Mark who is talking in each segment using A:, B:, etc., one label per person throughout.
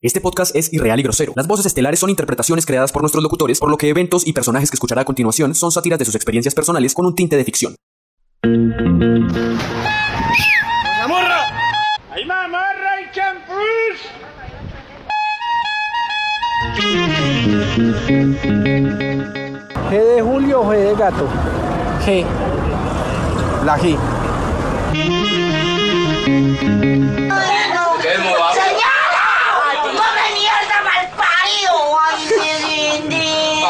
A: Este podcast es irreal y grosero. Las voces estelares son interpretaciones creadas por nuestros locutores, por lo que eventos y personajes que escuchará a continuación son sátiras de sus experiencias personales con un tinte de ficción.
B: ¡La morra! ¡Ay, mamorra y champús!
C: G de Julio o G de gato.
D: G.
C: La G.
E: ¡Señora! ¡Come mierda mal parido! ¡Ay, sí, sí, sí.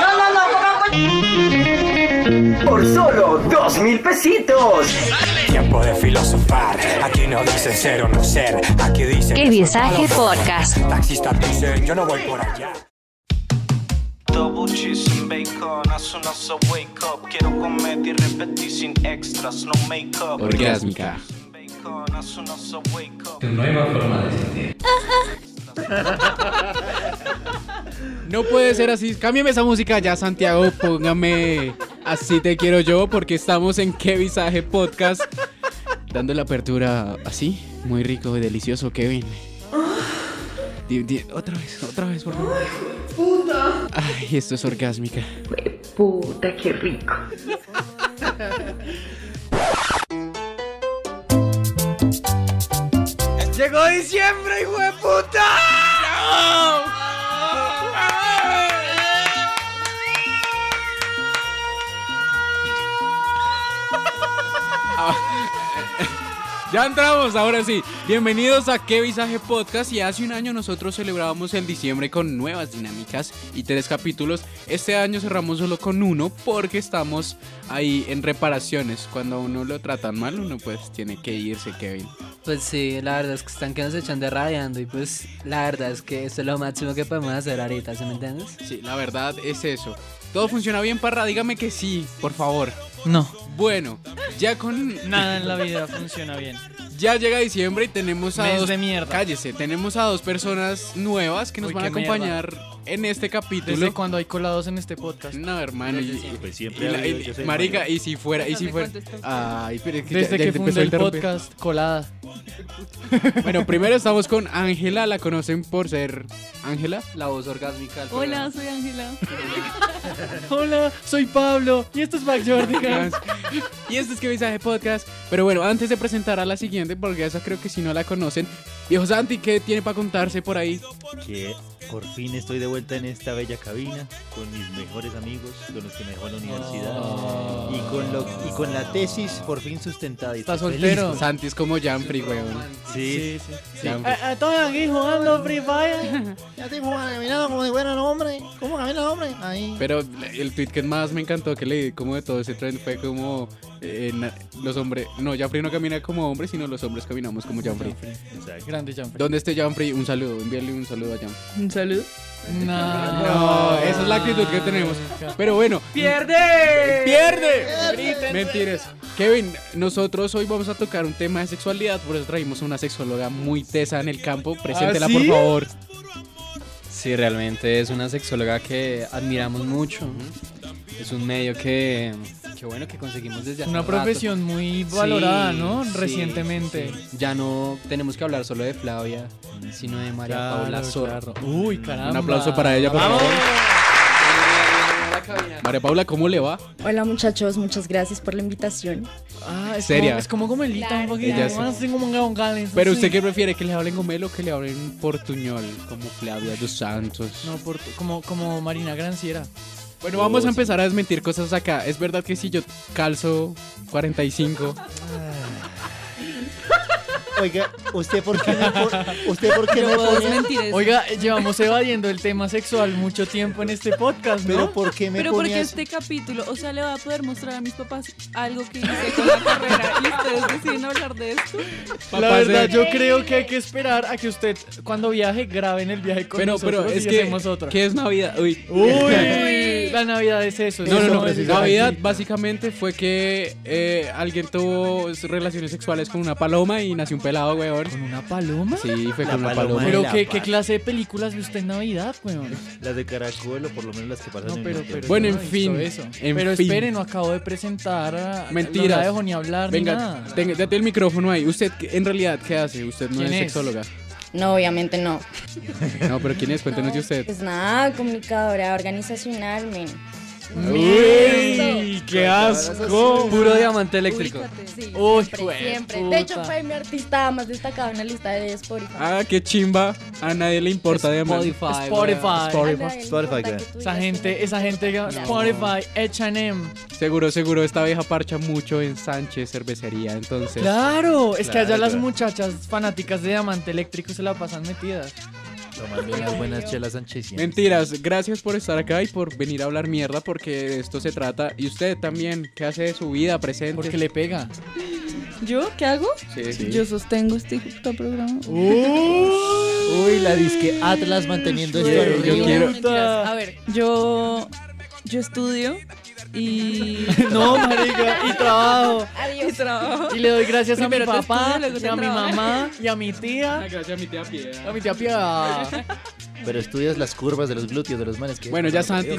E: No, no, no, ¿cómo coño?
F: por solo dos mil pesitos.
G: Tiempo de filosofar, aquí no dicen ser o no ser, aquí dicen...
H: El Visaje Podcast.
G: Taxistas dicen, yo no voy por allá.
I: Double cheese sin bacon, as soon as I wake up Quiero comer y repetir sin extras, no makeup
J: Orgásmica.
I: Sin bacon, as soon as I wake up
J: No puede ser así. Cámbiame esa música ya, Santiago. Póngame Así te quiero yo, porque estamos en Qué Visaje Podcast. Dando la apertura así. Muy rico y delicioso, Kevin. Di- di- otra vez, otra vez, por favor. Ay, esto es orgásmica.
K: Puta, qué rico.
C: Llegó diciembre, hijo de puta.
J: Ya entramos, ahora sí. Bienvenidos a Qué Visaje Podcast. Y hace un año nosotros celebrábamos el diciembre con nuevas dinámicas y tres capítulos. Este año cerramos solo con uno porque estamos ahí en reparaciones. Cuando a uno lo tratan mal, uno pues tiene que irse, Kevin.
D: Pues sí, la verdad es que están que nos echan de radiando y pues la verdad es que esto es lo máximo que podemos hacer ahorita, ¿sí me entiendes?
J: Sí, la verdad es eso. ¿Todo funciona bien, Parra? Dígame que sí, por favor.
L: No,
J: Bueno, ya con...
L: nada en la vida funciona bien.
J: Ya llega diciembre y tenemos a
L: Mes
J: dos...
L: de mierda.
J: Cállese, tenemos a dos personas nuevas que nos
L: Uy,
J: van a
L: qué
J: acompañar en este capítulo.
L: Desde cuando hay colados en este podcast.
J: No, hermano.
L: Desde
J: y-
L: siempre.
J: y la- y- marica, y si fuera, y si fuera. Ay, pero es que ya-
L: Desde
J: ya
L: que
J: te
L: fundé
J: empezó a
L: el
J: interrumpir.
L: podcast, colada.
J: Bueno, primero estamos con Ángela, la conocen por ser Ángela.
D: La voz orgásmica. del
K: Hola,
D: programa.
K: soy Ángela.
L: Hola, soy Pablo y esto es Mac Jordigan.
J: Y este es que mensaje podcast. Pero bueno, antes de presentar a la siguiente, porque esa creo que si no la conocen, viejo Santi, ¿qué tiene para contarse por ahí?
M: que por fin estoy de vuelta en esta bella cabina con mis mejores amigos, con los que me dejó la universidad y, con lo- y con la tesis por fin sustentada. Y
L: Está
M: estoy
L: soltero.
M: feliz.
J: Santi es como Janfrey, weón.
M: Sí,
J: Janfrey.
L: Estoy aquí jugando Free Fire.
F: Ya te caminando como si fuera un hombre. ¿Cómo camina el hombre? Ahí.
J: Pero el tweet que más me encantó que leí como de todo ese trend fue como eh, na- los hombres, no, Janfrey no camina como hombre, sino los hombres caminamos como Janfrey.
M: exacto.
L: Grande Jumper.
J: ¿Dónde esté Janfrey? Un saludo, envíale un saludo a Janfrey.
K: Un saludo.
L: No.
J: No, esa es la actitud que tenemos. Pero bueno,
F: Eh,
L: ¡Pierde!
J: pierde. Mentiras. Kevin, nosotros hoy vamos a tocar un tema de sexualidad, por eso traímos a una sexóloga muy tesa en el campo. Preséntela,
L: ¿Ah,
J: por
L: sí?
J: favor.
D: Sí, realmente es una sexóloga que admiramos mucho. Es un medio que, que bueno, que conseguimos desde hace
L: Una
D: un rato.
L: profesión muy
D: Sí,
L: valorada, ¿no?
D: sí,
L: Recientemente.
D: sí. Ya no tenemos que hablar solo de Flavia, sino de María
L: Claro,
D: Paula Zorro.
L: claro. Uy, caramba.
J: Un aplauso para ella, por
L: ¡Vamos!
J: favor. María Paula, ¿cómo le va?
K: Hola, muchachos. Muchas gracias por la invitación.
L: Ah, es
J: Seria.
L: Como, es como gomelita un
K: Claro,
L: poquito.
J: Ella sí.
L: Ah, sí, como un gabón gales,
J: Pero
L: sí.
J: usted qué prefiere, que le hablen gomelo o que le hablen portuñol, como Flavia dos Santos.
L: No, por, como, como Marina Granciera.
J: Bueno, vamos a empezar a desmentir cosas acá. Es verdad que si yo calzo 45,
M: Oiga, ¿usted por qué me, po- usted por qué me pone,
L: Oiga, llevamos evadiendo el tema sexual mucho tiempo en este podcast,
M: pero
L: ¿no?
M: por qué me
K: Pero
M: pone
K: porque
M: así?
K: este capítulo, o sea, le va a poder mostrar a mis papás algo que hice con la carrera y ustedes deciden hablar de esto.
L: la
J: papá,
L: verdad,
J: se-
L: yo creo que hay que esperar a que usted, cuando viaje, grabe en el viaje con
J: Pero,
L: nosotros
J: pero es
L: y
J: que,
L: hacemos otra.
J: ¿qué es Navidad? Uy.
L: Uy, la Navidad es eso. es
J: No,
L: eso,
J: no, no.
L: es eso.
J: Navidad básicamente fue que eh, alguien tuvo relaciones sexuales con una paloma y nació un pelado, weón.
L: ¿Con una paloma?
J: Sí, fue
M: La
J: con
M: paloma
J: una paloma.
L: Pero
M: La
L: ¿qué, qué
M: pa-
L: clase de películas ve usted en Navidad, weón.
M: Las de caracol o por lo menos las que pasan
L: No,
M: en
L: pero,
M: el
L: pero
J: Bueno,
L: yo
J: en
L: he
J: fin,
L: visto eso.
J: en
L: pero
J: fin.
L: espere, no acabo de presentar. a-
J: Mentiras.
L: No la dejo ni hablar ni
J: Venga,
L: nada.
J: tenga- date el micrófono ahí. Usted, ¿qué- en realidad, ¿qué hace? Usted no
L: ¿Quién
J: es
L: es?
J: sexóloga.
H: No, obviamente no.
J: No, pero ¿quién es? Cuéntenos de usted.
H: Pues nada, comunicadora organizacional, men.
J: Uy,
L: qué asco.
D: Puro diamante eléctrico.
H: Sí,
L: Uy,
H: siempre, siempre.
L: puta.
H: De hecho, fue mi artista más destacado en la lista de Spotify.
J: Ah, qué chimba. A nadie le importa de
L: Spotify, weón.
J: Spotify.
L: Spotify, Esa gente, esa gente que Spotify, H&M.
J: Seguro, seguro, esta vieja parcha mucho en Sánchez Cervecería, entonces.
L: Claro, es que allá
J: Claro,
L: las
J: claro.
L: muchachas fanáticas de diamante eléctrico se la pasan metidas.
J: bien las buenas
M: chelas sanchesianas.
J: Mentiras, gracias por estar acá y por venir a hablar mierda porque de esto se trata. Y usted también, ¿qué hace de su vida presente? Porque
L: le pega.
K: ¿Yo qué hago?
J: Sí, sí.
K: Yo sostengo este puto programa.
L: Uy,
M: la disque Atlas manteniendo esto al
K: Yo
M: río.
K: quiero. Mentiras. A ver, yo, yo estudio y.
L: No, marica, y trabajo.
K: Adiós. Y trabajo.
L: Y le doy gracias a mi
K: Primero te
L: papá,
K: estudio, luego
L: y
K: te
L: a mi
K: trabajas.
L: mamá, y a mi tía.
J: Ah, Gracias a mi tía Piedad.
L: A mi tía Piedad.
M: Pero estudias las curvas de los glúteos de los manes que.
J: Bueno, ya Santi.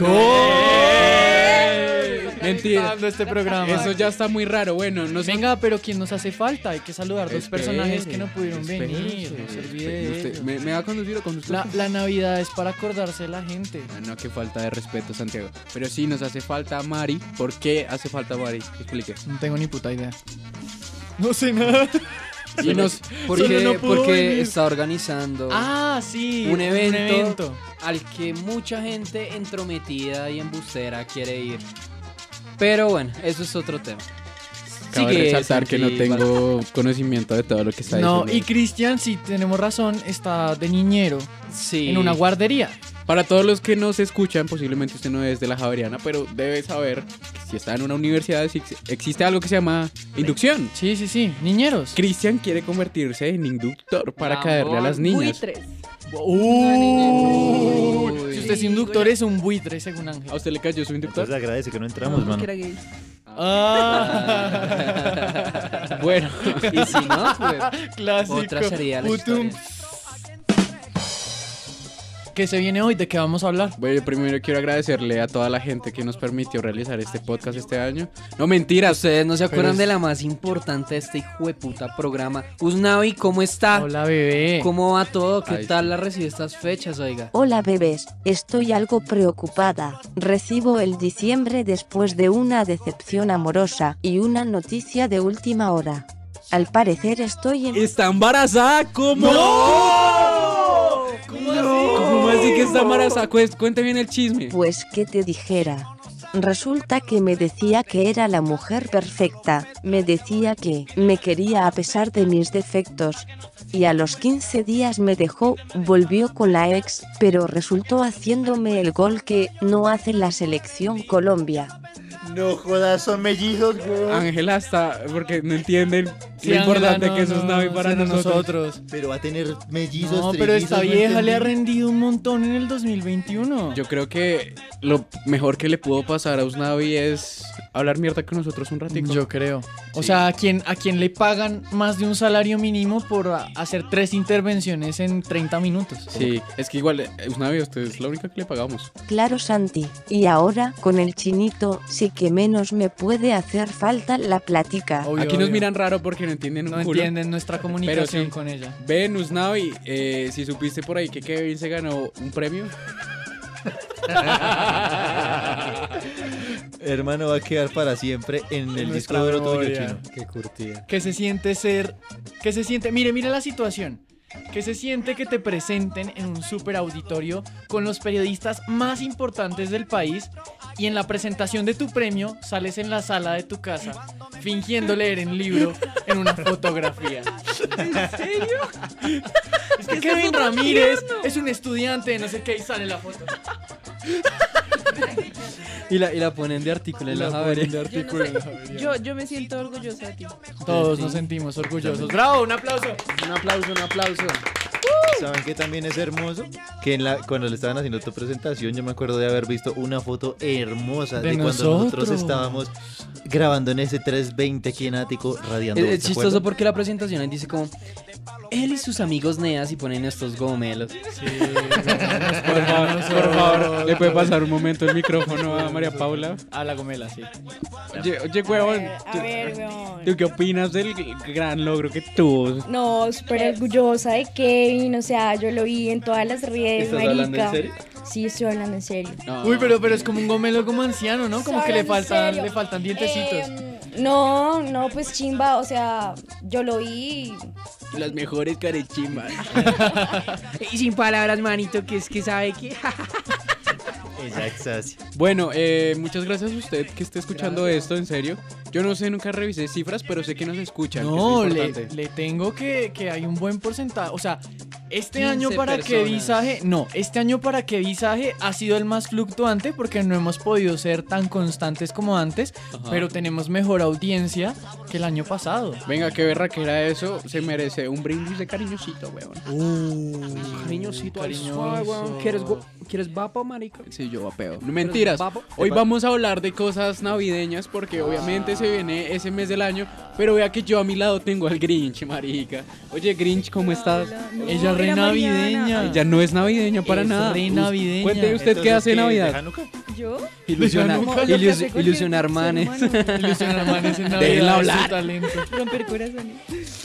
J: Mentira.
L: este programa.
J: Eso ya está muy raro. Bueno, no sé.
L: Venga, pero quien nos hace falta, hay que saludar dos
J: Espere,
L: personajes que no pudieron
J: espere,
L: venir, no se
J: espere,
L: olvide de
J: usted-
L: ellos.
J: ¿me, me va a conducir o conducir? Ah,
L: La, la Navidad es para acordarse de la gente.
J: No, qué falta de respeto, Santiago. Pero sí, nos hace falta Mari. ¿Por qué hace falta Mari? Explique.
L: No tengo ni puta idea. No sé nada.
J: Y nos,
D: Porque,
J: porque,
D: porque está organizando
L: Ah, sí,
D: un
L: un
D: evento,
L: evento.
D: al que mucha gente entrometida y embustera quiere ir. Pero bueno, eso es otro tema.
J: Cabe
D: Sigue,
J: resaltar que no
D: Santi,
J: tengo conocimiento de todo lo que está
L: No,
J: diciendo.
L: y Cristian, si tenemos razón, está de niñero.
D: Sí.
L: En una guardería.
J: Para todos los que nos escuchan, posiblemente usted no es de la Javeriana, pero debe saber que si está en una universidad si ex- existe algo que se llama inducción.
L: Sí, sí, sí, niñeros.
J: Cristian quiere convertirse en inductor para
D: Amor,
J: caerle a las niñas.
K: Buitres.
L: Uy. Si usted es Uh, inductor, es un buitre, según Ángel.
J: ¿A usted le cayó su inductor?
M: Entonces le agradece que no entramos, mano.
K: Que era gay.
L: Ah.
J: Bueno,
D: y si no, pues,
L: Clásico.
D: otra sería la
L: Putum.
D: historia.
L: ¿Qué se viene hoy? ¿De qué vamos a hablar?
J: Bueno, yo primero quiero agradecerle a toda la gente que nos permitió realizar este podcast este año. No mentiras,
D: ustedes no se
J: Pero
D: acuerdan
J: es-
D: de la más importante de este hijo de puta programa. Usnavi, ¿cómo está?
L: Hola, bebé.
D: ¿Cómo va todo? ¿Qué
J: Ay,
D: tal la recibe estas fechas, oiga?
N: Hola bebés, estoy algo preocupada. Recibo el diciembre después de una decepción amorosa y una noticia de última hora. Al parecer estoy en...
J: ¿Está embarazada? ¿Cómo?
L: ¿Cómo
J: ¿Cómo así que está embarazada? Cué- Cuente bien el chisme.
N: Pues que te dijera. Resulta que me decía que era la mujer perfecta, me decía que me quería a pesar de mis defectos. Y a los 15 días me dejó, volvió con la ex, pero resultó haciéndome el gol que no hace la selección Colombia.
M: No jodas, son mellizos, güey.
J: Ángela está, porque no entienden
L: Sí,
J: lo
L: Ángela,
J: importante
L: no,
J: que eso es
L: no,
J: Navi para
L: sí, no,
J: nosotros.
M: Pero va a tener mellizos.
L: No, pero esta
M: trillizos,
L: vieja le ha
M: entendí.
L: rendido un montón en el 2021.
J: Yo creo que lo mejor que le pudo pasar a Usnavi es hablar mierda con nosotros un ratito.
L: Yo creo. O sea, a quien, a quien le pagan más de un salario mínimo por a- hacer tres intervenciones en 30 minutos.
J: Sí, es que igual, eh, Usnavi, usted es la única que le pagamos.
N: Claro Santi, y ahora con el chinito sí que menos me puede hacer falta la platica.
L: Obvio,
J: Aquí nos
L: obvio.
J: miran raro porque no entienden un
L: No
J: culo.
L: entienden nuestra comunicación con ella.
J: Ven, Usnavi, eh, si supiste por ahí que Kevin se ganó un premio.
M: Hermano, va a quedar para siempre en el disco
L: nuestra
M: de oro todo
L: memoria.
M: chino.
J: Qué curtida.
L: Que se siente ser. Que se siente. Mire, mire la situación. Que se siente que te presenten en un super auditorio con los periodistas más importantes del país y en la presentación de tu premio sales en la sala de tu casa fingiendo leer un libro en una fotografía.
K: ¿En serio?
L: Es que
K: Eso
L: Kevin
K: es muy
L: Ramírez
K: tierno.
L: es un estudiante de no sé qué y sale la foto.
D: Y la, y la ponen de artículo en la, Javier.
K: Yo, no sé. yo, yo me siento orgullosa de ti.
L: Todos nos sentimos orgullosos. ¡Bravo! ¡Un aplauso!
D: Un aplauso, un aplauso.
M: ¿Saben qué también es hermoso? Que en la, cuando le estaban haciendo tu presentación, yo me acuerdo de haber visto una foto hermosa
L: De
M: de, cuando nosotros
L: nosotros.
M: estábamos grabando en ese 320 aquí en Ático, radiando.
D: Es, es
M: ¿se
D: chistoso
M: acuerdan?
D: porque la presentación ahí dice como él y sus amigos neas y ponen estos gomelos.
J: Por favor, por favor, le puede pasar un momento el micrófono a María Paula.
L: A Ah, la gomela, sí.
J: Oye, oye, huevón,
H: A ver, weón.
J: ¿tú qué opinas del gran logro que tuvo?
H: No, súper orgullosa de Kevin, o sea, yo lo vi en todas las redes,
L: ¿Estás
H: marica.
L: hablando en serio?
H: Sí, estoy hablando en serio.
L: Uy, pero, pero es como un gomelo como anciano, ¿no? Como que le
H: Solo en
L: faltan,
H: serio.
L: le faltan dientecitos.
H: Eh, no, no, pues chimba, o sea, yo lo vi. y-
J: Las mejores carechimbas.
O: Y sin palabras, manito, que es que sabe que.
J: Bueno, eh, muchas gracias a usted que esté escuchando esto, en serio. Yo no sé, nunca revisé cifras, pero sé que nos escuchan. que es lo
L: No, le,
J: importante.
L: le tengo que, que hay un buen porcentaje. O sea, este año
J: 15
L: para que
J: personas.
L: visaje, no, este año para que visaje ha sido el más fluctuante porque no hemos podido ser tan constantes como antes,
J: Ajá.
L: pero tenemos mejor audiencia que el año pasado.
J: Venga, qué berra que era eso. Se merece un brindis de cariñosito, weón. cariñosito,
O: al suave, weón. ¿Quieres, go- ¿Quieres vapo, marica?
J: Sí, yo vapeo. No, Mentiras. Hoy vamos a hablar de cosas navideñas porque obviamente se viene ese mes del año. Pero vea que yo a mi lado tengo al Grinch, marica. Oye, Grinch, ¿cómo estás?
L: Ella es re
J: reina
L: navideña.
J: Ella no es navideña para
L: Es
J: nada.
L: re navideña.
J: Cuente usted qué
L: Entonces,
J: hace en
L: ¿qué?
J: Navidad.
O: ¿Yo?
J: Ilusionar,
O: Como lo que
J: ilus-
O: hace cualquier
J: ilusionar manes.
L: Ilusionar manes en Navidad.
J: Déjenla
L: es su
J: hablar.
L: talento.
O: Romper corazones.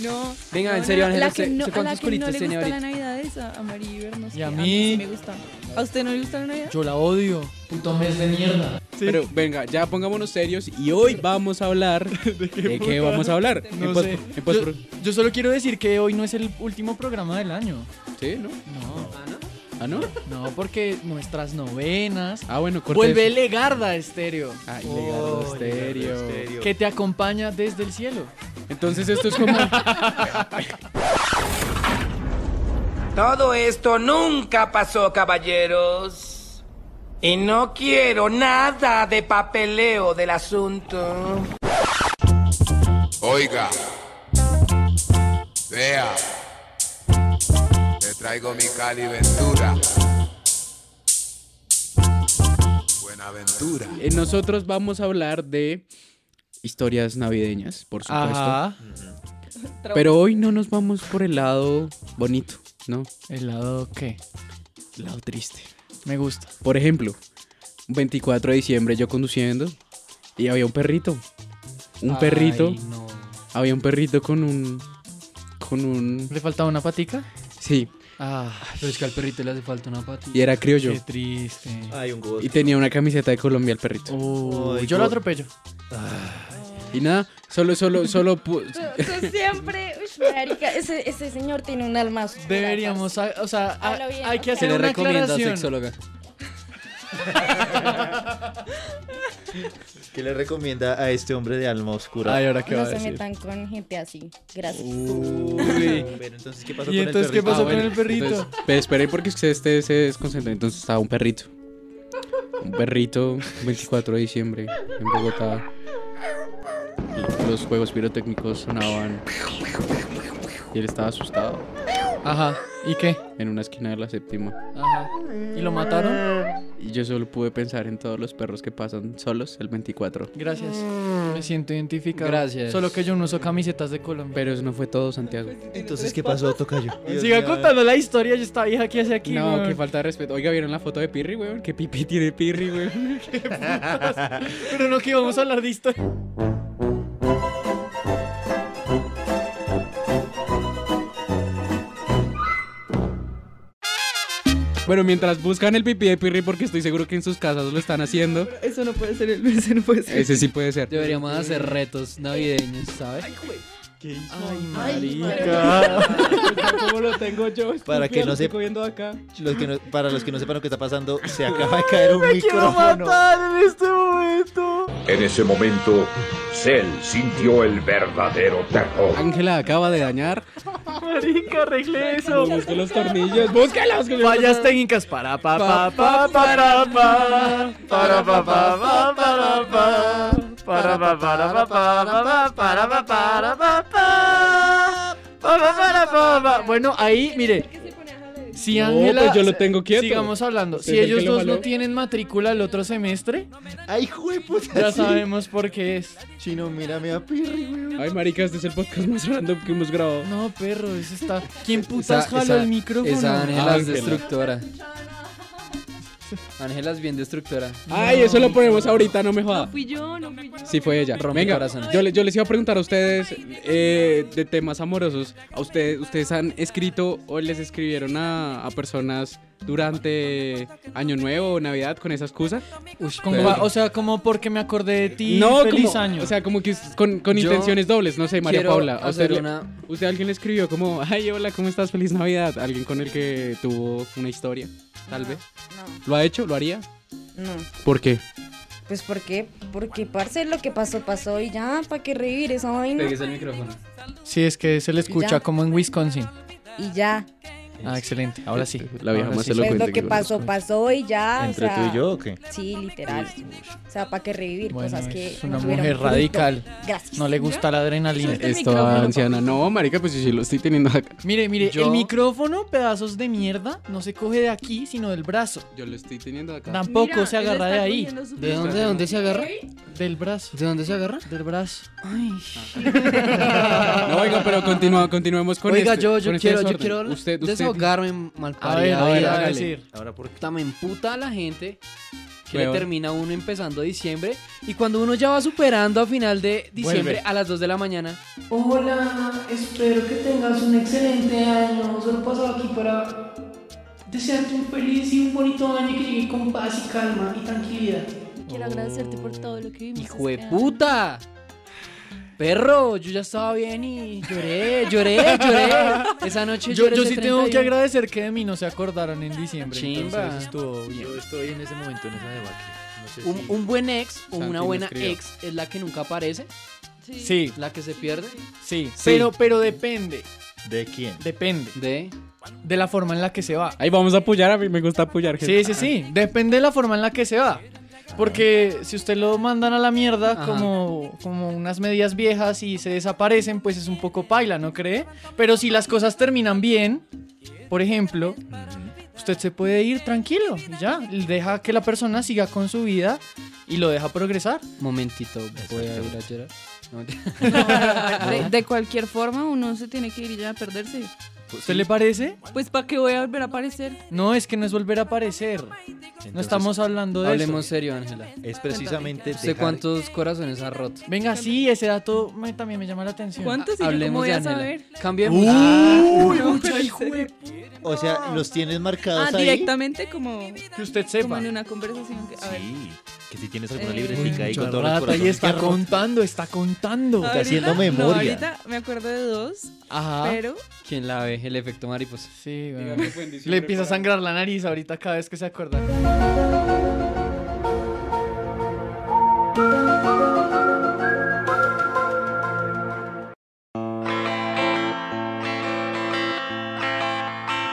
O: No.
J: Venga,
O: no,
J: en serio,
O: no,
J: Ángela,
O: la que
J: ¿usted-
O: no,
J: usted
O: a la
J: cuántos
O: que no
J: culitos
O: le
J: tiene
O: gusta la
J: ahorita?
O: Navidad es a, a Maribel, no sé.
L: a
O: sí
L: mí?
O: me gusta. ¿A usted no le gusta la Navidad?
L: Yo la odio. Puto mes de mierda.
J: Pero venga, ya pongámonos serios y hoy vamos a hablar. ¿De qué,
L: puta?
J: vamos a hablar?
L: No
J: En pos-
L: sé.
J: en pos-
L: Yo- Yo solo quiero decir que hoy no es el último programa del año.
J: ¿Sí? ¿No?
L: No.
J: ¿Ah, no?
L: No, porque nuestras novenas.
J: Ah, bueno, corte
L: Vuelve
J: eso.
L: Legarda Estéreo.
J: Ay, Legardo Estéreo.
L: Que te acompaña desde el cielo.
J: Entonces esto es como.
P: Todo esto nunca pasó, caballeros. Y no quiero nada de papeleo del asunto.
Q: Oiga, vea, le traigo mi Cali Ventura. Buenaventura.
J: Eh, nosotros vamos a hablar de historias navideñas, por supuesto.
L: Ajá.
J: Pero hoy no nos vamos por el lado bonito, ¿no?
L: ¿El lado qué?
J: El lado triste.
L: Me gusta.
J: Por ejemplo, un 24 de diciembre yo conduciendo y había un perrito. Un
L: Ay,
J: perrito.
L: no.
J: Había un perrito con un. Con un.
L: ¿Le faltaba una patica?
J: Sí.
L: Ah, pero es que al perrito le hace falta una patica.
J: Y era criollo.
L: Qué triste.
M: Ay, un gozo.
J: Y tenía una camiseta de Colombia el perrito.
L: Oh. Uy, yo lo atropello.
J: Y nada, solo, solo, solo. pu-
H: Tú siempre, uy, marica, ese, ese señor tiene un alma oscura.
L: Deberíamos, a- o sea, a-
H: Habla bien,
L: hay
H: o
L: que
H: sea.
L: hacer
J: ¿Qué le
L: una
J: recomienda,
L: aclaración.
J: sexóloga?
M: ¿Qué le recomienda a este hombre de alma oscura?
L: Ay, ¿ahora qué
H: No se metan con gente así. Gracias.
J: Uh.
M: Pero entonces, ¿qué pasó
L: ¿Y
M: con
L: entonces
M: el
L: qué
M: perrito?
L: pasó
M: Ah,
L: con
M: bueno,
L: el perrito?
M: entonces-
J: Pero esperé porque es que este se desconcentró. Entonces estaba un perrito. Un perrito, 24 de diciembre, en Bogotá. Los juegos pirotécnicos sonaban. Y él estaba asustado.
L: Ajá, ¿y qué?
J: En una esquina de la séptima.
L: Ajá. ¿Y lo mataron?
J: Y yo solo pude pensar en todos los perros que pasan solos el 24.
L: Gracias. Me siento identificado.
J: Gracias.
L: Solo que yo no uso camisetas de Colombia.
J: Pero eso no fue todo, Santiago.
M: Entonces, ¿qué pasó, Tocayo?
L: Siga
M: eh.
L: contando la historia, yo esta vieja que hace aquí.
J: No,
L: weón.
J: qué falta de respeto. Oiga, ¿vieron la foto de Pirri, weón? ¿Qué pipí tiene Pirri, weón?
L: Pero no que íbamos a hablar de historia.
J: Bueno, mientras buscan el pipí de Pirri, porque estoy seguro que en sus casas lo están haciendo.
O: Eso no puede ser el eso no puede ser.
J: Ese sí puede ser.
D: Deberíamos hacer retos navideños, ¿sabes?
M: ¿Qué hizo?
J: ¿Cómo lo tengo yo?
M: Para que no se-
J: Estoy viendo acá.
M: Los que no- para los que no sepan lo que está pasando, se acaba de caer un micrófono.
L: en este momento.
R: En ese momento, Cell sintió el verdadero terror.
J: Ángela acaba de dañar.
L: Marica, arregle eso.
J: Busca los tornillos, búscalos.
L: Fallas técnicas para pa pa pa para pa para pa pa pa para pa para pa para pa para pa para pa para pa pa para para pa pa Bueno, ahí, mire. Si
J: No,
L: Ángela,
J: pues yo lo tengo quieto.
L: Sigamos hablando.
J: Usted
L: Si
J: es el
L: ellos
J: que lo
L: dos no
J: jaló.
L: tienen matrícula el otro semestre,
M: ay, jueputa.
L: ya
M: sí.
L: sabemos por qué es.
M: Chino, mírame a Pirri, weón.
J: Ay, marica, este es el podcast más random que hemos grabado.
L: No, perro, eso está. ¿Quién
J: Esa-
L: putas jaló
J: esa-
L: el micrófono?
J: esa Ángela es
L: Ángela.
J: destructora.
D: Ángela es bien destructora.
J: Ay, eso lo ponemos ahorita, no me joda.
K: Fui yo, no fui yo.
J: Sí, fue ella.
D: Rompe
J: Venga,
D: corazón.
J: yo, le- yo les iba a preguntar a ustedes eh, de temas amorosos. ¿A ustedes, ustedes han escrito o les escribieron a, a personas durante Año Nuevo o Navidad con esa excusa?
L: Como
J: Pero-
L: va- o sea, como porque me acordé de ti.
J: No,
L: feliz
J: como-
L: año.
J: o sea, como que es con, con
L: Yo
J: intenciones dobles. No sé, María
L: quiero
J: Paula. ¿a usted,
L: hacer
J: le-
L: una-
J: usted alguien le escribió como, ay, hola, ¿cómo estás? Feliz Navidad. Alguien con el que tuvo una historia, tal vez. ¿Lo ha hecho? ¿Lo haría?
H: No.
J: ¿Por qué?
H: Pues ¿por qué? Porque parce lo que pasó, pasó y ya, ¿para qué revivir esa vaina?
D: Pegues el micrófono.
L: Sí, es que se le escucha
H: Ya.
L: como en Wisconsin.
H: Y ya.
L: Ah, excelente. Ahora sí.
J: La vieja
L: Ahora
J: más
L: sí.
H: Pues lo que pasó, pasó y ya.
L: ¿Entre
H: o sea,
L: tú y yo o qué?
H: Sí, literal. O sea, ¿para qué revivir
L: Bueno,
H: cosas que
L: es una
H: nos hubieran
L: mujer
H: ocurrido?
L: radical.
H: Gracias.
L: No le gusta la adrenalina.
H: Suelta el
J: Esto anciana. No, marica, pues yo sí lo estoy teniendo acá.
L: Mire, mire,
J: Yo-
L: el micrófono, pedazos de mierda, no se coge de aquí, sino del brazo.
J: Yo lo estoy teniendo acá.
L: Tampoco
J: Mira,
L: se
J: él
L: agarra
J: está
L: de ahí.
J: cogiendo su ¿De brazo. dónde- de dónde se agarra?
L: Del brazo.
J: ¿De dónde se agarra?
L: Del brazo. Ay.
J: No, oiga, pero continua- continuemos con
D: Oiga,
J: este-
D: yo, yo
J: con este
D: quiero, yo
J: desorden.
D: quiero
J: Usted- usted-
D: desahogarme mal
J: A ver, a ver, a ver,
D: decir.
J: decir.
D: Ahora, porque me emputa a la gente que
J: Huevón.
D: le termina uno empezando diciembre y cuando uno ya va superando a final de diciembre
J: Vuelve.
D: a las 2 de la mañana.
O: Hola, espero que tengas un excelente año. Solo pasaba aquí para desearte un feliz y un bonito año que llegue con paz y calma y tranquilidad.
K: Quiero agradecerte por todo lo que vimos.
D: ¡Hijo de puta! Perro, yo ya estaba bien y lloré, lloré, lloré. Esa noche
L: Yo,
D: lloré
L: yo
D: ese
L: sí tengo que
D: 31.
L: agradecer que de mí no se acordaron en diciembre.
D: Chimba.
L: Entonces estuvo bien.
M: Yo estoy en ese momento en esa debacle. No sé
D: Un,
M: si-
D: un buen ex o
M: Santi
D: una
M: me
D: buena
M: escribió.
D: ex es la que nunca aparece.
L: Sí.
D: La que se pierde.
L: Sí,
D: Sí.
L: Pero, pero depende.
M: ¿De quién?
L: Depende.
D: De.
L: De la forma en la que se va.
J: Ahí vamos a apoyar, a mí me gusta apoyar.
L: Sí, sí,
J: gente.
L: sí. Depende de la forma en la que se va. Porque si usted lo mandan a la mierda
J: Ajá.
L: como, como unas medias viejas y se desaparecen, pues es un poco paila, ¿no cree? Pero si las cosas terminan bien, por ejemplo, usted se puede ir tranquilo y ya. Deja que la persona siga con su vida y lo deja progresar.
D: Momentito, voy a ir a llorar. No,
K: De, de cualquier forma, uno se tiene que ir y ya a perderse.
L: ¿Usted le parece?
K: Pues, ¿para qué voy a volver a aparecer?
L: No, es que no es volver a aparecer. no estamos hablando de
D: Hablemos
L: eso.
D: serio, Ángela.
M: Es precisamente
D: ¿Usted
M: dejar-
D: cuántos corazones ha roto?
L: Venga, sí, ese dato me- también me llama la atención.
D: ¿Cuántos y yo cómo Hablemos voy de a Ángela. saber? Cambiemos.
M: Uy,
D: Ah.
M: mucha hijo de pu- O sea, los tienes marcados
K: Ah,
M: ahí.
K: directamente como.
L: Que usted
K: Como
M: sepa.
K: en una conversación. Que, a ver.
M: Sí, que si tienes alguna
K: Eh,
M: libretica ahí
L: Mucha
M: con todos los
L: rata,
M: corazones
L: y está
M: que rompes.
L: contando, está contando.
H: Ah,
K: Ahorita- No, ahorita me acuerdo de dos.
L: Ajá.
K: Pero.
D: ¿Quién la ve? El efecto mariposa.
L: Sí, Le empieza a sangrar la nariz ahorita cada vez que se acuerda.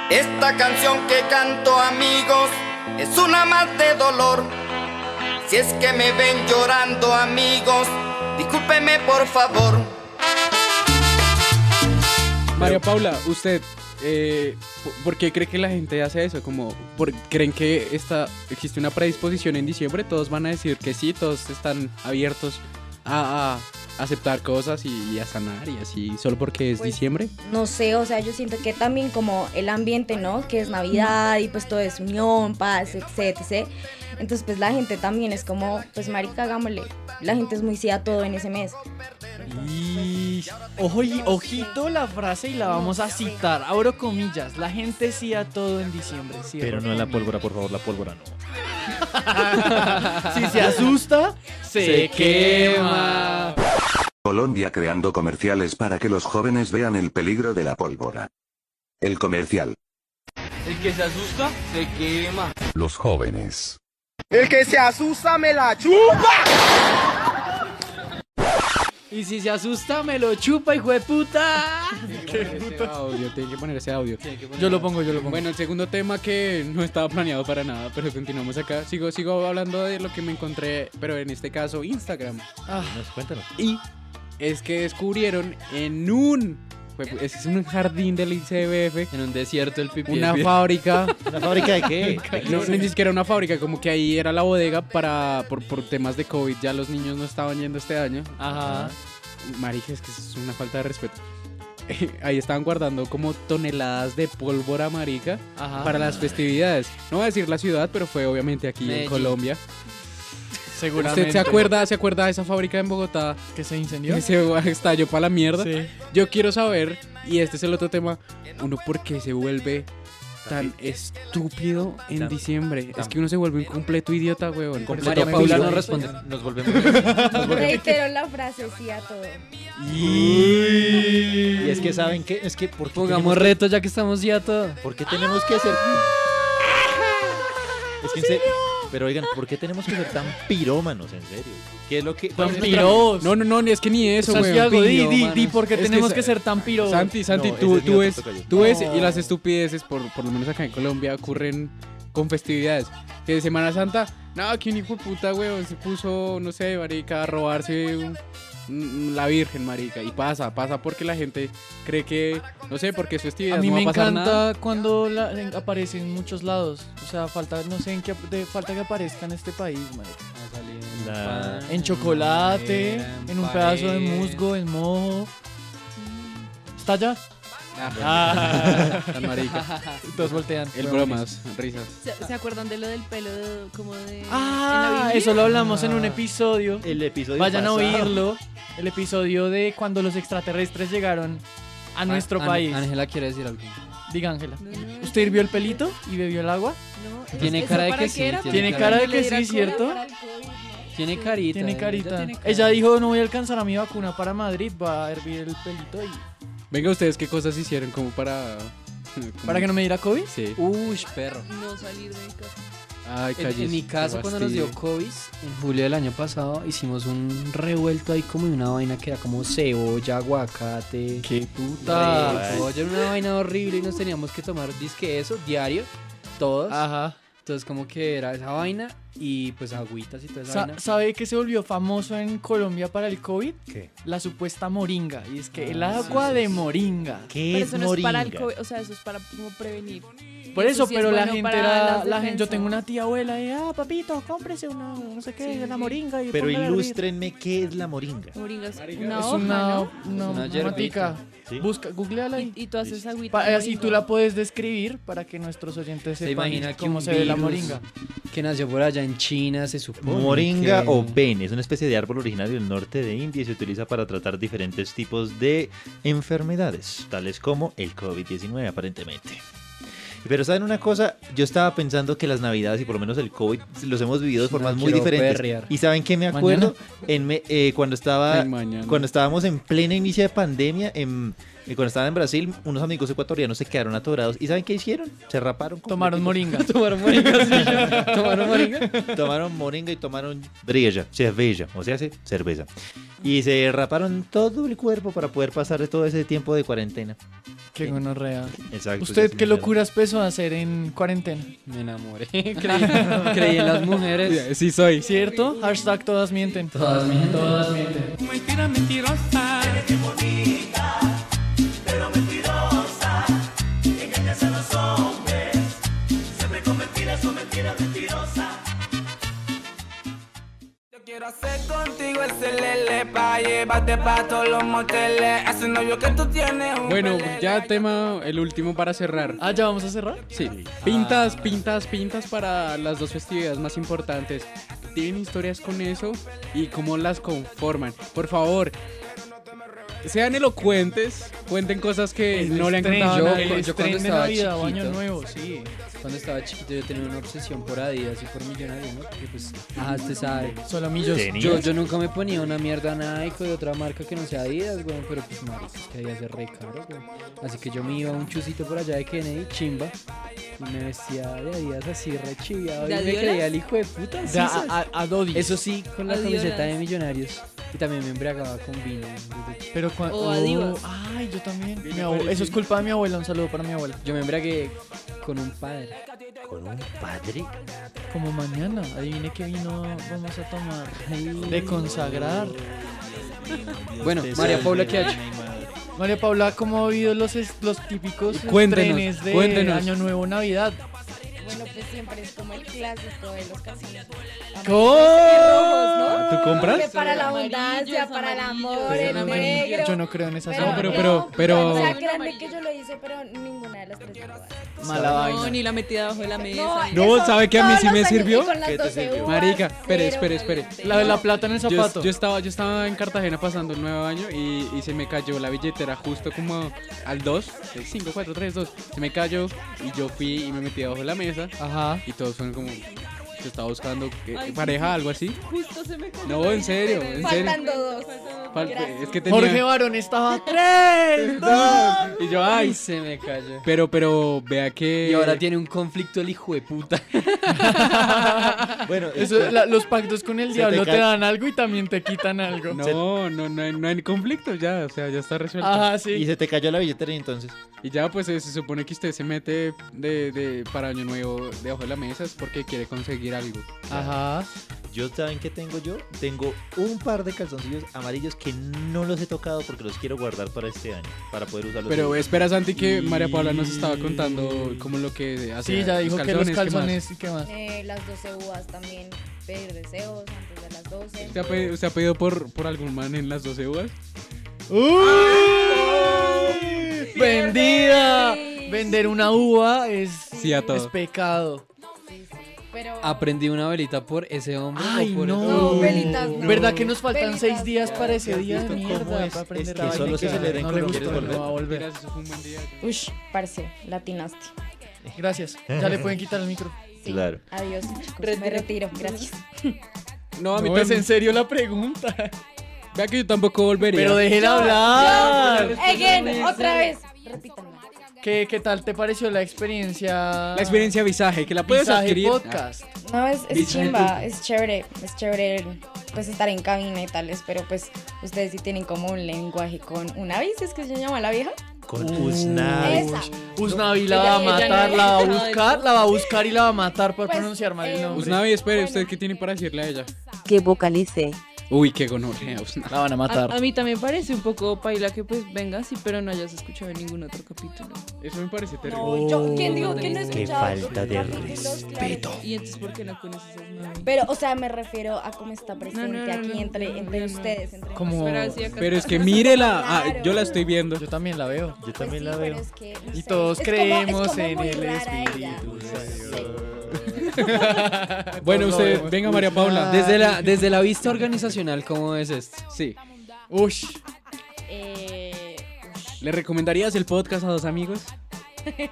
S: Esta canción que canto amigos es una más de dolor. Si es que me ven llorando amigos, discúlpeme por favor.
J: María Paula, usted, eh, po- ¿por qué cree que la gente hace eso? Como, por- ¿Creen que está, existe una predisposición en diciembre? Todos van a decir que sí, todos están abiertos a, a aceptar cosas y, y a sanar y así, solo porque es
H: Pues,
J: diciembre.
H: No sé, o sea, yo siento que también como el ambiente, ¿no? Que es Navidad y pues todo es unión, paz, etc, etc. Entonces pues la gente también es como, pues marica, hagámosle. La gente es muy sí a todo en ese mes.
L: Y ojo y- ojito la frase y la vamos a citar. Abro comillas. La gente sí a todo en diciembre. cierro
M: Pero no en la pólvora, por favor, la pólvora no.
L: comillas. si se asusta, se,
M: Se
L: quema.
T: Colombia creando comerciales para que los jóvenes vean el peligro de la pólvora. El comercial.
I: El que se asusta, se quema.
T: Los jóvenes.
P: El que se asusta me la chupa.
L: Y si se asusta, me lo chupa, hijo de puta.
J: Ese audio, tiene que poner ese audio.
L: Yo lo pongo, yo lo pongo.
J: Bueno, el segundo tema que no estaba planeado para nada, pero continuamos acá. Sigo, sigo hablando de lo que me encontré, pero en este caso Instagram.
L: Ah,
M: Nos cuéntanos.
J: Y es que descubrieron en un. fue- Es es un jardín del ICBF.
D: En un desierto el pipí.
J: Una fábrica.
M: ¿Una fábrica de qué?
J: No, no, ni siquiera una fábrica, como que ahí era la bodega para. Por, por temas de COVID, ya los niños no estaban yendo este año.
L: Ajá.
J: Marija, es que eso es una falta de respeto. ahí estaban guardando como toneladas de pólvora marica
M: Ah.
D: Ajá.
J: para las festividades. No voy a decir la ciudad, pero fue obviamente aquí en
D: Medellín.
J: Colombia.
L: Seguramente.
J: ¿Usted se acuerda, se acuerda de esa fábrica en Bogotá
L: que se incendió?
J: que se estalló para la mierda?
L: Sí.
J: Yo quiero saber, y este es el otro tema, uno por qué se vuelve tan estúpido en
D: Tan-
J: diciembre. Es
D: tan-
J: que uno se vuelve un completo idiota, weón.
D: María Paula no responde. Nos volvemos.
H: Reitero la frase, sí a todo.
M: Y es que saben que es que porque
D: Pongamos reto ya que estamos ya todo.
M: ¿Por qué tenemos que hacer? Es que en serio- pero oigan, ¿por qué tenemos que ser tan pirómanos en serio? ¿Qué es lo que
L: Pues,
M: cuál es nuestra-
J: No, no, no, es que ni eso,
M: O sea,
J: weón.
M: Santiago, di, di,
J: Piromanos.
M: di, ¿por qué
J: Es
M: tenemos
J: sa-
M: que ser tan piros?
J: Santi, Santi,
M: No, ese
J: tú,
M: es mío,
J: tú
M: te
J: ves,
M: toca yo.
J: tú ves,
M: No.
J: y las estupideces, por, por lo menos acá en Colombia, ocurren con festividades. Que de Semana Santa, no, que un hijo de puta, weón, se puso, no sé, marica, a robarse un- un- la Virgen, marica. Y pasa, pasa porque la gente cree que, no sé, porque es festividad,
L: A mí
J: no va
L: me
J: a pasar
L: encanta
J: nada.
L: cuando la- en- aparece en muchos lados. O sea, falta, no sé en qué, de- falta que aparezca en este país, marica.
M: La-
L: En chocolate,
D: en
L: en un pedazo de
D: pared.
L: musgo, en mojo. ¿Está ya?
J: Ah, tan marica.
L: Todos voltean.
J: El bromas, risas.
K: ¿Se, se acuerdan de lo del pelo de- como de... en la
L: Ah,
K: Biblia?
L: eso lo hablamos en un episodio.
M: El episodio
L: Vayan
M: pasado.
L: a oírlo. El episodio de cuando los extraterrestres llegaron a nuestro
D: Ah, An-
L: país.
D: Ángela quiere decir algo.
L: Diga, Ángela. ¿Usted hirvió el pelito y bebió el agua?
K: No,
D: Tiene
K: ¿eso
D: cara de
K: para
D: que
K: qué
D: sí,
K: era?
D: tiene
L: Tiene
D: cara
L: cara
D: de
L: de
D: que
L: que
D: le diera
L: sí,
D: cura
L: ¿cierto?
D: Tiene carita.
L: Tiene
D: ella
L: carita.
D: tiene cara.
L: Ella dijo, no voy a alcanzar a mi vacuna para Madrid, va a hervir el pelito y...
J: Venga, ustedes, ¿qué cosas hicieron como para...
L: ¿Para que no me diera COVID?
J: Sí.
D: Uy, perro.
K: No salir de casa.
J: Ay,
D: En, en
J: calles,
D: mi caso,
J: qué
D: cuando nos dio
J: fastidio.
D: COVID, en julio del año pasado, hicimos un revuelto ahí como de una vaina que era como cebolla, aguacate.
J: ¡Qué
M: puta!
D: Cebolla, era una vaina horrible y nos teníamos que tomar disque eso diario, todos.
L: Ajá.
D: Entonces, como que era esa vaina y pues agüitas y toda esa
L: Sa-
D: vaina.
L: ¿Sabe que se volvió famoso en Colombia para el COVID?
M: ¿Qué?
L: La supuesta moringa. Y es que el
K: Ah,
L: agua
K: sí,
L: de moringa.
K: Pero eso no es para el COVID, o sea, eso es para como prevenir.
L: Por
K: Y
L: eso,
K: sí es
L: pero la
K: bueno
L: gente
K: para
L: era.
K: las
L: La gente, yo
K: defensas.
L: tengo una tía abuela y, ah, papito, cómprese una, no sé qué,
K: Sí,
L: una
K: sí.
L: moringa. Y
M: Pero
L: póngala a hervir".
M: ilústrenme qué es la moringa.
K: Moringa es
L: Es
K: una hoja,
L: una,
K: ¿no?
L: una,
M: una hierbita.
L: matica.
M: Sí.
L: Busca, googleala ahí.
K: Y, y tú haces agüita.
L: Pa-
K: de
L: así tú
K: moringa.
L: la puedes describir para que nuestros oyentes
D: ¿Se
L: sepan
D: imagina que
L: cómo
D: un
L: se ve la
D: virus
L: moringa.
D: Que nació por allá en China, se supone.
M: Moringa
D: que-
M: o pen eh, es una especie de árbol originario del norte de India y se utiliza para tratar diferentes tipos de enfermedades, tales como el COVID-19 aparentemente. Pero saben una cosa, yo estaba pensando que las navidades y por lo menos el COVID los hemos vivido de formas muy
D: quiero
M: diferentes.
D: perrear.
M: Y saben que me acuerdo en me- eh, cuando estaba
J: Ay, mañana.
M: cuando estábamos en plena inicio de pandemia, en, eh, cuando estaba en Brasil, unos amigos ecuatorianos se quedaron atorados y saben qué hicieron? Se raparon.
L: Tomaron moringa.
M: tomaron moringa. sí.
D: Tomaron moringa.
M: tomaron moringa y tomaron brilla, cerveza, o sea, sí, cerveza. Y se raparon todo el cuerpo para poder pasar todo ese tiempo de cuarentena.
L: Qué gonorrea.
M: Exacto.
L: ¿Usted
M: ya
L: qué
M: sí me-
L: locuras peso a hacer en cuarentena?
D: Me enamoré. Creí, creí en las mujeres.
J: Sí, soy.
L: ¿Cierto? Hashtag todas mienten.
D: Todas mienten.
L: Todas mienten.
B: Mentira, mentirosa. Eres bonita, pero mentirosa. Engañas a los hombres. Siempre con mentiras, con mentiras, mentirosa.
U: Quiero hacer contigo el celele pa' llevarte pa' todos los moteles. A ese novio que tú tienes un
J: Bueno,
U: pelele.
J: ya tema, el último para cerrar.
L: Ah, ya vamos a cerrar.
J: Sí. Pintas, pintas, pintas para las dos festividades más importantes. ¿Tienen historias con eso? ¿Y cómo las conforman? Por favor, sean elocuentes, cuenten cosas que
L: El
J: no le han
L: estreno,
J: contado a nadie.
L: el
D: yo cuando
L: estreno de
D: estaba
L: Navidad o Año
D: chiquito.
L: Nuevo, sí.
D: Cuando estaba chiquito yo tenía una obsesión por Adidas y por Millonarios, ¿no? Porque pues, ajá, usted sabe.
L: Solo millos. ¿Tenías?
D: Yo, yo nunca me ponía una mierda Nike o de otra marca que no sea Adidas, weón, pero pues marica, es que Adidas es re caro, weón. Así que yo me iba a un chusito por allá de Kennedy, chimba, y me vestía de Adidas así re chiviado y
L: ¿De
D: me
L: Adiolas?
D: creía el hijo de puta.
L: De
D: sí,
L: a-
D: ¿sabes?
L: a- Adodis.
D: Eso sí, con la
L: Adiolas.
D: camiseta de Millonarios. Y también me embriagaba con vino. desde chiquito.
L: Pero cuando.
D: O Adivas.
L: Ay, yo también. Mi
D: Viene
L: abu-
D: por el
L: Eso es
D: cine.
L: culpa de mi abuela. Un saludo para mi abuela.
D: Yo me embriagué con un padre.
M: ¿Con un padre?
L: Como mañana. Adivine qué vino vamos a tomar. De consagrar.
D: Bueno,
L: Usted
D: María
L: sabe,
D: Paula, ¿qué ha
L: mi
D: hecho?
L: María Paula, ¿cómo ha habido los, es- los típicos
J: Cuéntenos,
L: trenes de
J: cuéntenos.
L: Año Nuevo Navidad?
H: Bueno, pues siempre es como el clásico de los calzones.
L: ¿Cómo?
J: ¿Tú compras?
H: Que para la abundancia, para el amor, el
L: amarillos.
H: negro.
L: Yo no creo en esas
J: No, pero,
L: vainas.
J: pero,
H: O sea,
J: pero.
H: créanme que yo lo hice, pero ninguna de las tres.
J: Mala
K: No,
J: vaina.
K: ni la metida abajo de la mesa.
J: No, ¿sabe qué a mí sí me sirvió?
H: con las ¿Qué te 12 sirvió? uvas,
J: Marica, espere,
H: cero
J: espere, espere.
L: La de la plata en el
J: Yo-
L: zapato.
J: Yo, estaba, yo estaba en Cartagena pasando el nuevo año y, y se me cayó la billetera justo como al 2, 5, 4, 3, 2. Se me cayó y yo fui y me metí abajo de la mesa.
L: Ajá.
J: Y todos fueron como, se estaba buscando eh,
K: Ay,
J: pareja,
K: sí.
J: algo así.
K: Justo se me cayó.
J: No, en serio, en serio.
H: Faltando dos.
J: Fal-
H: Gracias.
J: Es que tenía...
L: Jorge Barón estaba tres, dos.
J: Y yo, ay,
D: se me cayó.
J: Pero, pero, vea que...
D: Y ahora tiene un conflicto el hijo de puta.
M: bueno,
L: Eso, la- los pactos con el
J: Se
L: diablo
J: te
L: te,
J: cae-
L: dan algo y también te quitan algo.
J: No, no, no hay, no hay conflicto ya, o sea, ya está resuelto.
L: Ajá, sí.
M: Y se te cayó la billetera y entonces.
J: Y ya, pues eh, se supone que usted se mete de, de- para Año Nuevo debajo de la mesa es porque quiere conseguir algo.
L: Ajá.
M: Yo, ¿saben qué tengo yo? Tengo un par de calzoncillos amarillos que no los he tocado porque los quiero guardar para este año, para poder usarlos.
J: Pero
M: después.
J: espera, Santi, que
M: Y-
J: María Paula nos estaba contando como lo que hace.
L: Sí, ya dijo que los calzones y qué más.
H: Eh, las 12 uvas también. Pedir deseos antes de las 12.
J: ¿Usted ha pedido, usted ha pedido por, por algún man en las 12 uvas?
L: ¡Uy! ¡Vendida! Vender una uva es,
D: Sí, a todo.
L: es pecado.
H: Pero
D: Aprendí una velita por ese hombre.
L: Ay,
D: o por
L: no. No, velitas
D: velitas
L: no. ¿Verdad que nos faltan seis días para ese día de mierda, para aprender la vaina que no le gustó, no va a volver.
J: Mentiras, eso fue un buen día.
H: Ush, parce, latinaste.
L: Gracias. Ya le pueden quitar el micro.
M: Claro.
H: Adiós, chicos. Me retiro. Gracias.
J: No, a mí
L: es
J: también.
L: pues, en serio la pregunta.
J: Vea que yo tampoco volvería.
L: Pero déjela hablar.
H: Again, otra vez.
L: ¿Qué, ¿Qué tal te pareció la experiencia?
J: La experiencia visaje, que la puedes
L: Visaje
J: adquirir.
L: podcast.
H: No, es, es
J: Dicho
H: chimba,
J: tú.
H: es chévere, es chévere pues estar en cabina y tales, pero pues ustedes sí tienen como un lenguaje con una bici, es que se llama la vieja.
M: Con Usnavi.
H: Esa.
L: Usnavi la va a
H: Ella-
L: matar,
H: ella
L: la
H: no
L: va a
H: había
L: buscar,
H: escuchado eso. Pues, eh,
L: la va a buscar y la va a matar por pronunciar mal el nombre.
J: Ah, Usnavi, espere, ¿usted qué tiene para decirle a ella?
N: que vocalice.
J: Uy, qué gonorrea, Usnavi.
L: La van a
K: A, a mí también parece un poco paila que pues venga sí, pero no hayas escuchado ningún otro capítulo.
J: Eso me parece terrible.
H: yo- ¿quién dijo que no he
M: Qué
H: escuchado?
M: falta de respeto.
K: Y entonces, ¿por qué no conoces a Usnavi?
H: Pero, o sea, me refiero a cómo está presente
K: no, no,
H: aquí
K: no,
H: entre,
K: no,
H: entre
K: no, no.
H: ustedes. Entre
L: Como-
H: nosotros.
J: Pero es que mírela. Ah, yo la estoy viendo.
L: Yo también la veo.
H: Pues
M: Yo también la
H: Pero
M: veo.
H: es que, no
L: Y
H: sé,
L: todos
H: es como- es
L: creemos
H: como
L: en
H: muy
L: el
H: rara ella.
L: espíritu.
J: Bueno,
L: Todos lo
J: usted,
L: vemos.
J: venga María Paula.
D: Pues Desde la, desde la vista organizacional, ¿cómo es esto?
J: Sí. Ush,
H: Eh, ush.
J: ¿le recomendarías el podcast a dos amigos?
H: Eh,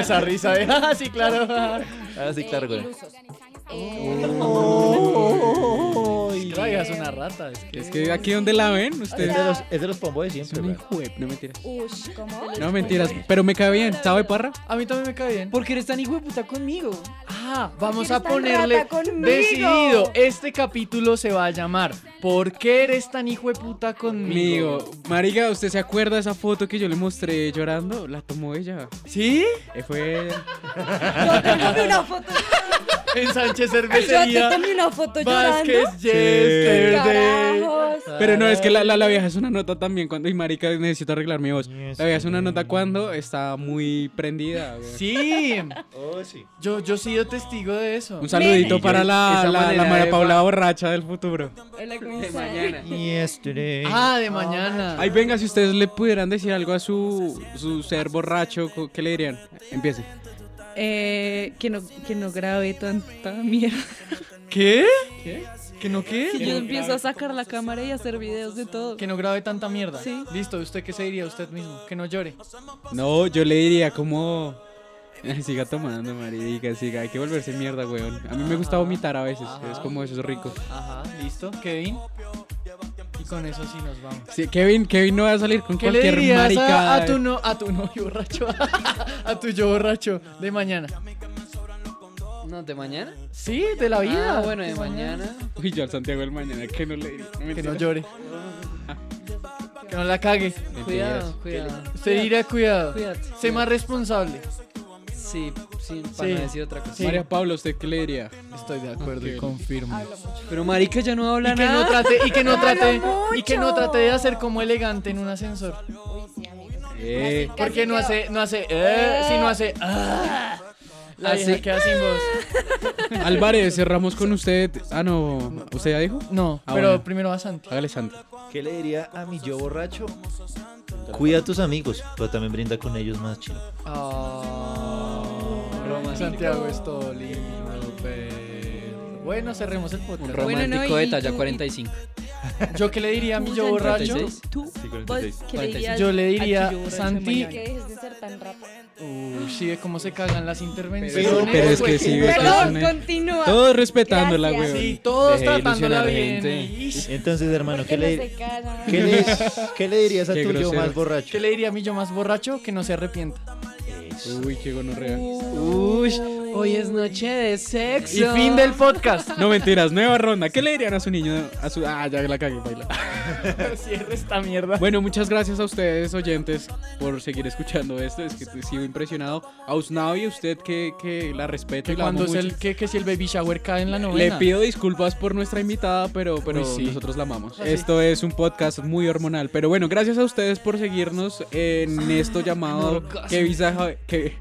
L: Esa risa de. Ah, sí, claro.
M: Ah, sí, claro, con él.
H: eh, ilusos. Eh,
L: Oh. Es que la vieja es una rata. Es que,
J: Es que aquí donde la ven,
M: Es
J: ustedes.
M: de los, es de los pombo de siempre,
J: Son
M: güey.
J: hijo de- No mentiras.
H: Ush, ¿cómo?
J: No mentiras. Pero me cae bien. ¿Sabe, Parra?
L: A mí también me cae bien.
D: Porque eres tan hijo de puta conmigo.
L: Ah, vamos
H: eres
L: a
H: tan
L: ponerle
H: rata conmigo?
L: decidido. Este capítulo se va a llamar ¿Por qué eres tan hijo de puta conmigo?
J: Amigo, Marica, ¿usted se acuerda de esa foto que yo le mostré llorando? La tomó ella.
L: ¿Sí?
J: Eh, Fue.
H: Yo te tomé una foto.
L: En Sánchez
H: Yo te
L: Cervecería.
H: tomé una foto llorando.
L: Vázquez, yes, verde.
H: Carajos.
J: Pero no, es que la, la, la vieja es una nota también cuando. Y Marica, necesito arreglar mi voz. La vieja es una nota cuando está muy prendida, güey.
L: Sí,
M: Oh, sí.
L: yo, yo he sido testigo de eso.
J: Un saludito
M: Y
J: para
M: yo-
J: la,
L: esa
J: la, la
L: manera
J: María
L: de-
J: Paula borracha del futuro.
M: Yesterday.
L: Ah, de mañana.
J: Ay, venga, si ustedes le pudieran decir algo a su, su ser borracho, co- ¿qué le dirían? Empiece.
K: Eh, que, no, que no grabe tanta mierda.
L: ¿Qué? ¿Que no qué?
K: Que yo empiezo a sacar la cámara y a hacer videos de todo.
L: Que no grabe tanta mierda.
K: Sí.
L: Listo, ¿usted qué se diría usted mismo? Que no llore.
J: No, yo le diría como. Siga tomando, marica, siga. Hay que volverse mierda, weón. A mí me gusta vomitar a veces. Es como eso, es rico.
L: Ajá, listo. Kevin. Y con eso sí nos vamos.
J: Sí, Kevin, Kevin no va a salir con
L: ¿Qué le
J: cualquier
L: dirías
J: marica.
L: a, a tu no, a tu novio borracho? a tu yo borracho de mañana.
D: No, de mañana.
L: Sí, de la vida.
D: Ah, bueno, de mañana.
J: Uy, yo al Santiago del mañana, que no le diría.
L: Que
J: mentira.
L: no llore. Que no la cague.
D: Cuidado, cuidado.
L: Usted dirá cuidado.
D: Cuídate.
L: Sé más responsable.
D: Sí, sí, para
L: Sí.
D: no decir otra cosa.
L: Sí.
J: María Paula, ¿usted qué le diría?
L: Estoy de acuerdo y
J: Ok.
L: confirmo.
D: Pero marica ya no habla
L: Y que no
D: nada.
L: trate, y que no
H: Habla
L: trate, y
H: mucho.
L: que no trate de hacer como elegante en un ascensor.
H: Uy, sí, amigos.
L: Eh, ¿Por qué no hace, no hace, eh, si no hace, ah? La vieja
J: Hace-
L: queda sin voz.
J: Álvarez, cerramos con usted. Ah, no. ¿Usted ya dijo?
L: No, pero primero a Santi.
J: Hágale Santi.
M: ¿Qué le diría a mi yo borracho? Cuida a tus amigos, pero también brinda con ellos más, chino.
J: Oh.
L: Broma, Santiago es todo lindo, pero... Bueno, cerremos el podcast.
D: Un romántico
L: Bueno, no,
D: de
L: y
D: talla
L: tú-
D: 45.
L: ¿Yo qué le diría a mi yo borracho?
D: 46?
K: ¿Tú?
D: Sí, 46.
K: ¿Vos qué le dirías
L: Yo le
K: a tu
L: diría,
K: yo borracho de
L: Santi...
K: mañana?
H: Que dejes de ser tan rápido.
L: Uy, sí, ve cómo se cagan las intervenciones.
J: Pero- pero es que sí, ve que Perdón, son, eh, continúa. todos respetándola, Gracias. weón.
L: Sí, todos
J: Deje de
L: tratándola
J: ilusionar a
L: bien.
J: gente.
M: Entonces, hermano, ¿qué
L: no
M: le,
L: se callan?
M: ¿qué le, qué le dirías a
J: Qué
M: tu yo
J: grosero.
M: más borracho?
L: ¿Qué le diría a mi yo más borracho? Que no se arrepienta.
J: Uy, qué gonorrea.
L: Uh. Uy, hoy es noche de sexo.
J: Y fin del
L: podcast.
J: No mentiras, nueva ronda. ¿Qué le dirían a su niño? A su... Ah, ya la cagué, baila.
L: Cierra esta mierda.
J: Bueno, muchas gracias a ustedes, oyentes, por seguir escuchando esto. Es que sigo impresionado. A Usnavi, usted que, que la respeto y
L: Que
J: la amo
L: cuando es el
J: mucho.
L: que, que si el baby shower cae en la
J: Le
L: novena.
J: pido disculpas por nuestra invitada, pero, pero
L: Uy, sí.
J: nosotros la amamos.
L: Ah, sí.
J: Esto es un podcast muy hormonal. Pero bueno, gracias a ustedes por seguirnos en esto llamado
L: orgasmo.
J: que visaje que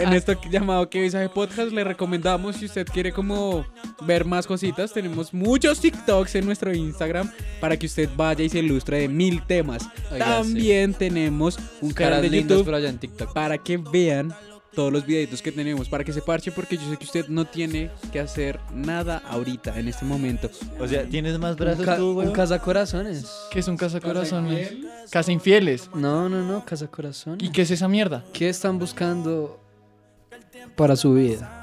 J: en esto llamado que visaje podcast le recomendamos si usted quiere como ver más cositas, tenemos muchos TikToks en nuestro Instagram para que usted vaya y se ilustre de mil temas.
D: Oiga, sí.
J: También tenemos un
D: Caras
J: canal de
D: lindas
J: YouTube
D: por allá en TikTok.
J: para que vean todos los videitos que tenemos, para que se parche, porque yo sé que usted no tiene que hacer nada ahorita, en este momento.
M: O sea, ¿tienes más
D: Un, ca- un cazacorazones.
L: ¿Qué es un cazacorazones? ¿Casa infieles?
D: No, no, no, cazacorazones.
L: ¿Y qué es esa mierda?
D: ¿Qué están buscando para su vida?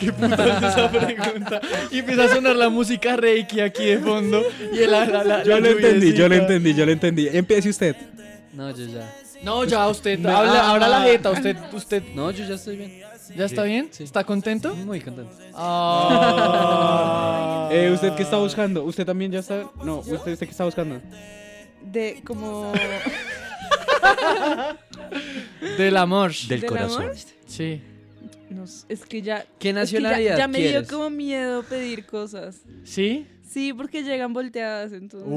L: Entonces, esa pregunta. Y empieza a sonar la música reiki aquí de fondo. Y el, la, la, la-
J: yo
L: la
J: lo entendí, yo lo
L: lluviecita.
J: entendí, yo lo entendí. Empiece usted.
D: No, yo ya.
L: No, ya usted,
D: No.
L: habla, habla la jeta, usted, usted.
D: ah, No, yo ya estoy bien.
L: ¿Ya está
D: Sí.
L: bien? ¿Está contento?
D: Muy contento.
L: Ah.
J: Eh, ¿Usted qué está buscando? ¿Usted también ya está? No, ¿usted, usted qué está buscando?
K: De como.
L: Del amor.
K: Del ¿Del corazón. amor?
L: Sí.
K: No sé, es que ya.
D: ¿Qué
K: es que ya-
D: nacionalidad
K: ya, me dio
D: quieres?
K: como miedo pedir cosas.
L: ¿Sí?
K: Sí, porque llegan volteadas entonces.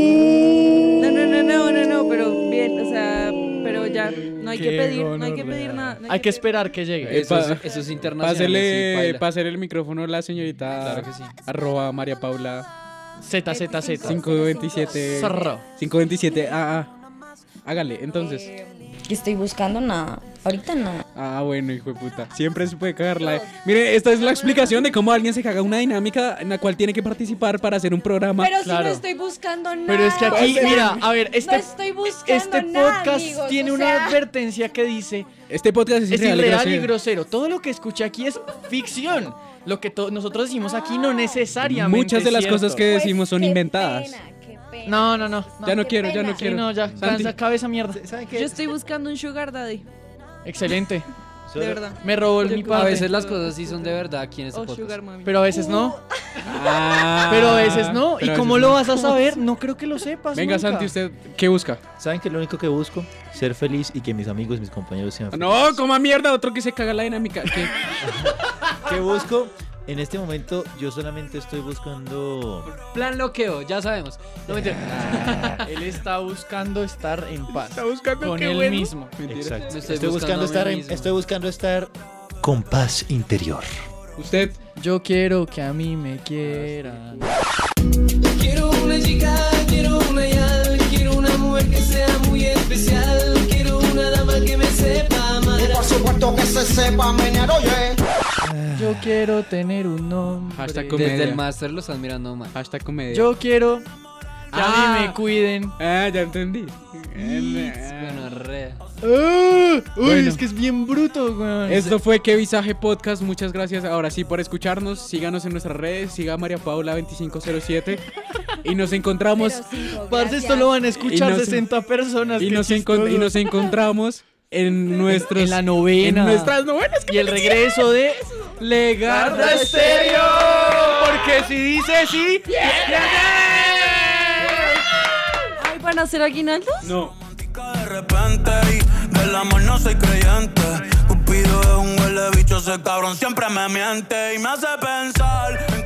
L: Uh.
K: No, no, no, no, no, no, pero bien, o sea, pero ya. No hay que
L: Qué
K: pedir, no hay que
L: gonorrea.
K: pedir nada. no
L: Hay que esperar que llegue.
J: Eh, pa- Pásele,
L: sí, baila.
J: pásele el micrófono a la señorita
L: Claro que sí.
J: arroba María Paula
L: ZZZ.
J: 527
L: Zorro.
J: 527 ah, ah. Hágale, entonces.
H: Que estoy buscando nada. Ahorita nada.
J: Ah, bueno, hijo de puta. Siempre se puede cagarla. Mire, esta es la explicación de cómo alguien se caga una dinámica en la cual tiene que participar para hacer un programa.
H: Pero si no estoy buscando nada.
L: Pero es que aquí,
K: Pues,
H: o sea,
K: eh,
L: mira, a ver, este,
H: no estoy buscando
L: este
H: nada,
L: podcast
H: amigos,
L: tiene
H: o
L: una
H: sea.
L: advertencia que dice:
J: Este podcast es,
L: es
J: irreal y
L: irreal y
J: grosero.
L: grosero. Todo lo que escucha aquí es ficción. Lo que to- nosotros decimos aquí
K: Ah.
L: no necesariamente.
J: Muchas de
L: es
J: las
L: cierto.
J: cosas que decimos son inventadas.
L: No, no, no.
J: Ya no quiero, ya no
L: Sí,
J: quiero.
L: no, ya.
J: Santi.
L: Cansa, cabe esa mierda.
K: Yo estoy buscando un sugar daddy.
L: Excelente.
K: De verdad.
L: Me robó el
K: Yo
L: mi
K: creo-
L: parte.
D: A veces las cosas sí son de verdad aquí en este
K: Oh,
D: podcast.
K: sugar mami.
L: Pero a veces no. Pero a veces no.
J: Uh. Ah. pero
L: ¿Y
J: a
L: cómo
J: veces
L: lo
J: no.
L: vas a saber? No creo que lo sepas.
J: Venga,
L: nunca.
J: Santi, usted, ¿qué busca?
M: ¿Saben que lo único que busco? Ser feliz y que mis amigos, mis compañeros sean felices.
J: No, coma mierda, otro que se caga la dinámica. ¿Qué?
M: ¿Qué busco? En este momento yo solamente estoy buscando...
D: Plan loqueo, ya sabemos. No mentira.
L: Él está buscando estar en paz.
J: Está buscando
L: con
J: qué
L: él
J: bueno.
L: mismo.
J: Mentira.
M: Exacto.
J: Me
M: Estoy,
J: estoy
M: buscando
J: buscando a mí
M: estar en-
J: mismo.
M: estoy buscando estar con paz interior.
J: Usted.
L: Yo quiero que a mí me quieran.
B: Quiero una chica, quiero una yal, quiero una mujer que sea muy especial, quiero una dama que me sepa amar. Y por supuesto que se sepa menear, oye.
L: Yo quiero tener un nombre.
J: Hashtag
D: Desde el
J: comedia.
D: máster lo están mirando mal.
J: Hashtag comedia.
L: Yo quiero que a mí me cuiden.
J: Ah, ya entendí.
D: Gonorrea.
L: Ah, uy,
J: Bueno.
L: es que es bien bruto, weón.
J: Esto fue Que Visaje Podcast. Muchas gracias ahora sí por escucharnos. Síganos en nuestras redes. Siga a María Paula 2507. Y nos encontramos.
L: Parce, esto lo van a escuchar
J: Y nos-
L: 60 personas.
J: Y
L: qué
J: nos, encon-
L: chistoso.
J: y nos encontramos en nuestros.
L: En la novena.
J: En nuestras novenas.
L: Y el regreso de
J: Legarda
L: Garda Estéreo. Porque si dice sí.
K: Ay, ¿van a hacer aguinaldo?
J: No.
A: repente y del amor no soy creyente. Cupido es un huele bicho, ese cabrón siempre me miente y me hace pensar en